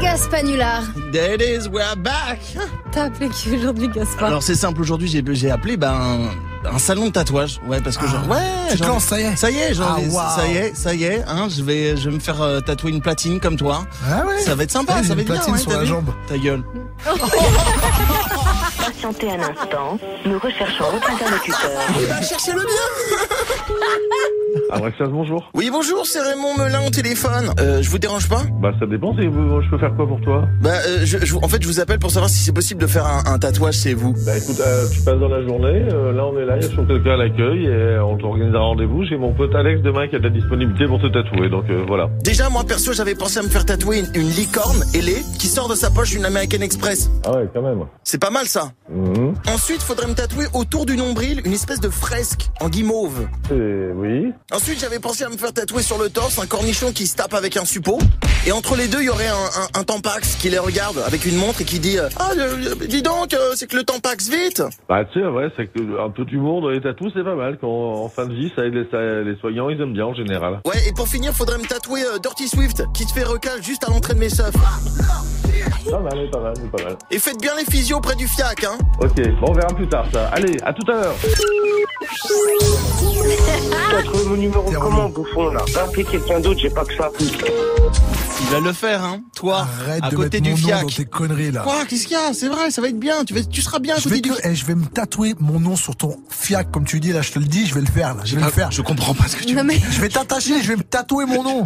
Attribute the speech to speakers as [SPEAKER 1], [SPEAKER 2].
[SPEAKER 1] Gaspanular.
[SPEAKER 2] There it is, we're back
[SPEAKER 1] T'as appelé qui aujourd'hui, Gaspar
[SPEAKER 2] Alors c'est simple, aujourd'hui j'ai, j'ai appelé ben, un salon de tatouage. Ouais, parce que genre... Ouais
[SPEAKER 3] Tu te
[SPEAKER 2] genre-
[SPEAKER 3] lances, ça y est.
[SPEAKER 2] Ça y est, genre,
[SPEAKER 3] Ah,
[SPEAKER 2] les-
[SPEAKER 3] waouh.
[SPEAKER 2] ça y est, ça y est, hein, je vais, je vais me faire euh, tatouer une platine comme toi.
[SPEAKER 3] Ah ouais.
[SPEAKER 2] Ça va être sympa,
[SPEAKER 3] Ouais,
[SPEAKER 2] ça va
[SPEAKER 3] une
[SPEAKER 2] être bien,
[SPEAKER 3] platine
[SPEAKER 2] ouais,
[SPEAKER 3] sur
[SPEAKER 2] t'as
[SPEAKER 3] la
[SPEAKER 2] vu
[SPEAKER 3] jambe.
[SPEAKER 2] Ta gueule.
[SPEAKER 4] Patientez un instant, nous recherchons votre interlocuteur.
[SPEAKER 2] cherchez le bien
[SPEAKER 5] Abraxas, bonjour.
[SPEAKER 2] Oui, bonjour, c'est Raymond Melin au téléphone. Euh, je vous dérange pas
[SPEAKER 5] Bah ça dépend, c'est- je peux faire quoi pour toi
[SPEAKER 2] Bah, euh, je, je- en fait, je vous appelle pour savoir si c'est possible de faire un, un tatouage chez vous.
[SPEAKER 5] Bah écoute, euh, tu passes dans la journée, euh, là on est là, il y a toujours quelqu'un à l'accueil et euh, on t'organise un rendez-vous. J'ai mon pote Alex demain qui a de la disponibilité pour te tatouer, donc euh, voilà.
[SPEAKER 2] Déjà, moi perso, j'avais pensé à me faire tatouer une, une licorne ailée qui sort de sa poche une American Express.
[SPEAKER 5] Ah ouais, quand même.
[SPEAKER 2] C'est pas mal ça.
[SPEAKER 5] Mhm.
[SPEAKER 2] Ensuite, faudrait me tatouer autour du nombril une espèce de fresque en guimauve.
[SPEAKER 5] Et oui.
[SPEAKER 2] Ensuite, j'avais pensé à me faire tatouer sur le torse un cornichon qui se tape avec un suppôt. Et entre les deux, il y aurait un, un, un tampax qui les regarde avec une montre et qui dit euh, Ah, euh, dis donc, euh, c'est que le tampax vite
[SPEAKER 5] Bah tu sais, ouais, c'est que un peu d'humour dans les tatous, c'est pas mal. Quand en fin de vie, ça aide les, ça- les soignants, ils aiment bien en général.
[SPEAKER 2] Ouais, et pour finir, faudrait me tatouer euh, Dirty Swift qui se fait recal juste à l'entrée de mes seufs.
[SPEAKER 5] Pas mal, pas mal, pas mal.
[SPEAKER 2] Et faites bien les physios près du fiac, hein
[SPEAKER 5] Ok, bon, on verra plus tard ça. Allez, à tout à l'heure.
[SPEAKER 6] T'as trouvé mon numéro comment, bouffon, là Va appeler quelqu'un d'autre, j'ai pas que ça.
[SPEAKER 2] Il va le faire, hein Toi,
[SPEAKER 3] Arrête
[SPEAKER 2] à
[SPEAKER 3] de
[SPEAKER 2] côté
[SPEAKER 3] mettre
[SPEAKER 2] du
[SPEAKER 3] mon nom
[SPEAKER 2] fiac.
[SPEAKER 3] dans tes conneries là.
[SPEAKER 2] Quoi Qu'est-ce qu'il y a C'est vrai, ça va être bien. Tu, vas, tu seras bien à
[SPEAKER 3] je
[SPEAKER 2] côté
[SPEAKER 3] vais,
[SPEAKER 2] du
[SPEAKER 3] te- eh, je vais me tatouer mon nom sur ton fiac,
[SPEAKER 2] Ah.
[SPEAKER 3] comme tu dis, là, je te le dis, je vais le faire, là, je vais le faire.
[SPEAKER 2] comprends pas ce que
[SPEAKER 1] Non mais
[SPEAKER 3] Je vais t'attacher, je vais me tatouer mon nom.